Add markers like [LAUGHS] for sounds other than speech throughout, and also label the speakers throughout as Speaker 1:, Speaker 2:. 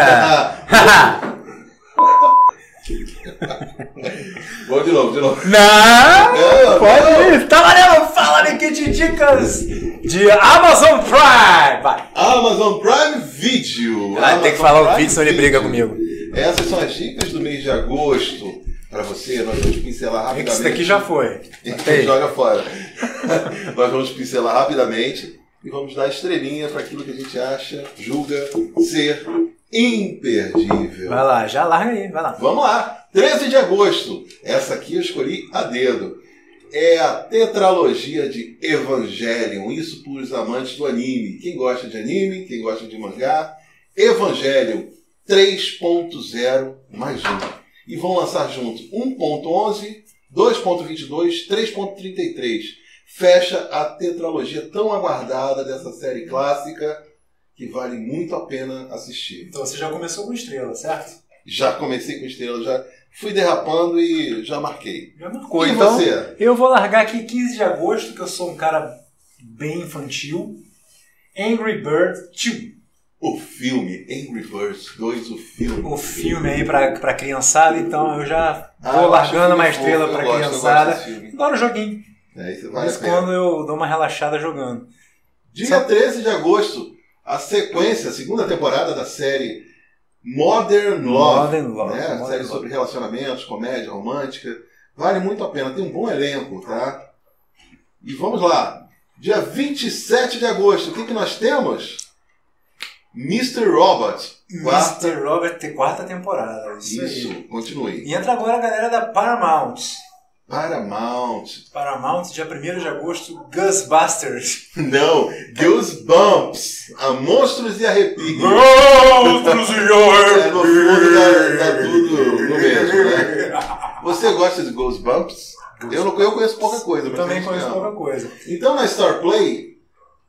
Speaker 1: Ah, Vamos de novo, de novo.
Speaker 2: [LAUGHS] Não!
Speaker 1: Não,
Speaker 2: Pode ir! Tá valendo! Fala, Nikit Dicas de Amazon Prime! Vai!
Speaker 1: Amazon Prime Video.
Speaker 2: Vai ter Ah, que
Speaker 1: Amazon
Speaker 2: falar o
Speaker 1: Prime
Speaker 2: vídeo, senão ele briga comigo.
Speaker 1: Essas são as dicas do mês de agosto. Para você, nós vamos pincelar
Speaker 2: É
Speaker 1: rapidamente.
Speaker 2: que Isso daqui já foi.
Speaker 1: Então joga fora. [LAUGHS] Nós vamos pincelar rapidamente e vamos dar estrelinha para aquilo que a gente acha, julga ser imperdível.
Speaker 2: Vai lá, já larga aí, vai lá.
Speaker 1: Vamos lá. 13 de agosto. Essa aqui eu escolhi a dedo. É a tetralogia de Evangelion. Isso para os amantes do anime. Quem gosta de anime, quem gosta de mangá. Evangelion 3.0 mais um. E vão lançar junto 1.11, 2.22, 3.33. Fecha a tetralogia tão aguardada dessa série clássica que vale muito a pena assistir.
Speaker 2: Então você já começou com estrela, certo?
Speaker 1: Já comecei com estrela, já fui derrapando e já marquei.
Speaker 2: Já marcou,
Speaker 1: e
Speaker 2: então.
Speaker 1: você?
Speaker 2: Eu vou largar aqui 15 de agosto, que eu sou um cara bem infantil. Angry Bird 2.
Speaker 1: O filme Angry Birds 2, o filme.
Speaker 2: O filme aí pra, pra criançada, então eu já
Speaker 1: Ah,
Speaker 2: vou
Speaker 1: eu acho
Speaker 2: largando
Speaker 1: filme
Speaker 2: uma
Speaker 1: fofo,
Speaker 2: estrela
Speaker 1: eu
Speaker 2: pra
Speaker 1: gosto, eu
Speaker 2: criançada.
Speaker 1: gosto desse filme.
Speaker 2: Adoro joguinho.
Speaker 1: É, isso vale
Speaker 2: Mas
Speaker 1: a pena.
Speaker 2: quando eu dou uma relaxada jogando.
Speaker 1: Dia 13 de agosto, a sequência, a segunda temporada da série Modern Love.
Speaker 2: Modern Love.
Speaker 1: né?
Speaker 2: Modern
Speaker 1: série
Speaker 2: Love.
Speaker 1: sobre relacionamentos, comédia romântica. Vale muito a pena, tem um bom elenco, tá? E vamos lá. Dia 27 de agosto, o que, que nós temos? Mr. Robot. Quarta
Speaker 2: Mr. Robert tem quarta temporada. é Isso,
Speaker 1: Isso,
Speaker 2: aí.
Speaker 1: continue.
Speaker 2: E entra agora a galera da Paramount.
Speaker 1: Paramount. [LAUGHS]
Speaker 2: Paramount, dia 1 de agosto, Ghostbusters.
Speaker 1: Não, Goosebumps. A Monstros e Arrepios.
Speaker 2: Monstros e
Speaker 1: É, no fundo dá- dá tudo no mesmo, Você gosta de Goosebumps? Eu, não, eu conheço pouca coisa. mas
Speaker 2: Também
Speaker 1: tem
Speaker 2: conheço
Speaker 1: gente que ama.
Speaker 2: pouca coisa.
Speaker 1: Então na Star Play,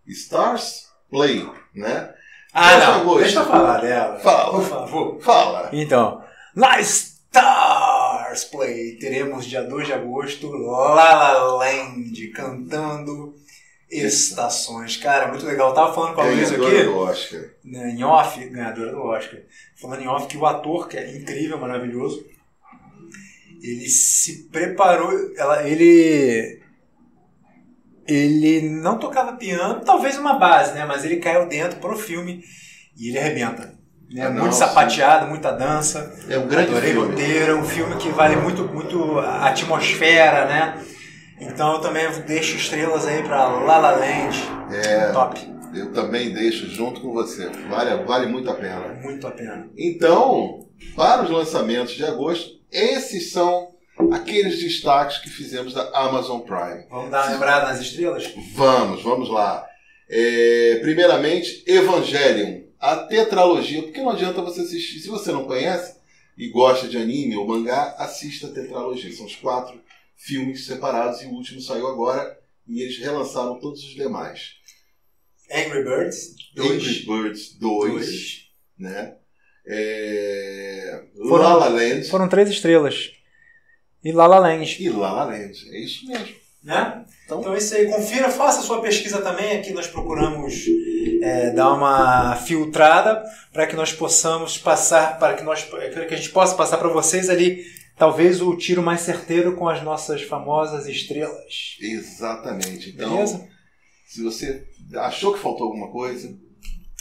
Speaker 1: Stars Play, né?
Speaker 2: Ah,
Speaker 1: Mas
Speaker 2: não.
Speaker 1: eu gosto.
Speaker 2: Deixa eu falar dela.
Speaker 1: Fala.
Speaker 2: Por favor.
Speaker 1: Fala.
Speaker 2: Então, na Stars Play teremos dia 2 de agosto La La Land cantando Estações. Cara, muito legal. Eu tava falando com a Luísa
Speaker 1: Ganhadora
Speaker 2: é aqui,
Speaker 1: do Oscar.
Speaker 2: né, em off, ganhadora do Oscar, falando em off que o ator, que é incrível, maravilhoso, ele se preparou, ela, ele... Ele não tocava piano, talvez uma base, né? Mas ele caiu dentro pro filme e ele arrebenta. Né?
Speaker 1: Ah, não,
Speaker 2: muito
Speaker 1: sim.
Speaker 2: sapateado, muita dança.
Speaker 1: É um grande
Speaker 2: Adorei o
Speaker 1: filme.
Speaker 2: roteiro, um filme que vale muito, muito a atmosfera, né? Então eu também deixo estrelas aí pra La La Land.
Speaker 1: É,
Speaker 2: Top.
Speaker 1: eu também deixo junto com você. Vale, vale muito a pena.
Speaker 2: Muito a pena.
Speaker 1: Então, para os lançamentos de agosto, esses são aqueles destaques que fizemos da Amazon Prime.
Speaker 2: Vamos dar uma lembrada nas estrelas?
Speaker 1: Vamos, vamos lá. É, primeiramente, Evangelion, a tetralogia, porque não adianta você assistir. Se você não conhece e gosta de anime ou mangá, assista a tetralogia. São os quatro filmes separados e o último saiu agora e eles relançaram todos os demais.
Speaker 2: Angry Birds 2.
Speaker 1: Angry Birds 2, né? É,
Speaker 2: Foram-
Speaker 1: La La Land.
Speaker 2: Foram três estrelas. E La La Land.
Speaker 1: E La La Land, é isso mesmo.
Speaker 2: Né?
Speaker 1: Então-
Speaker 2: Então é isso aí. Confira, faça sua pesquisa também. Aqui nós procuramos é, dar uma filtrada para que nós possamos passar, para que, nós, para que a gente possa passar para vocês ali, talvez o tiro mais certeiro com as nossas famosas estrelas.
Speaker 1: Exatamente. Então,
Speaker 2: Beleza?
Speaker 1: se você achou que faltou alguma coisa,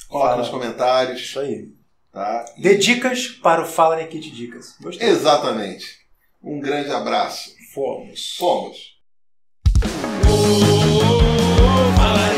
Speaker 1: coloca
Speaker 2: Fala.
Speaker 1: nos comentários,
Speaker 2: Isso aí.
Speaker 1: tá?
Speaker 2: Dê dicas para o Fala Nikit Dicas. Gostei.
Speaker 1: Exatamente. Um grande abraço.
Speaker 2: Fomos.
Speaker 1: Fomos.
Speaker 3: Fala
Speaker 2: é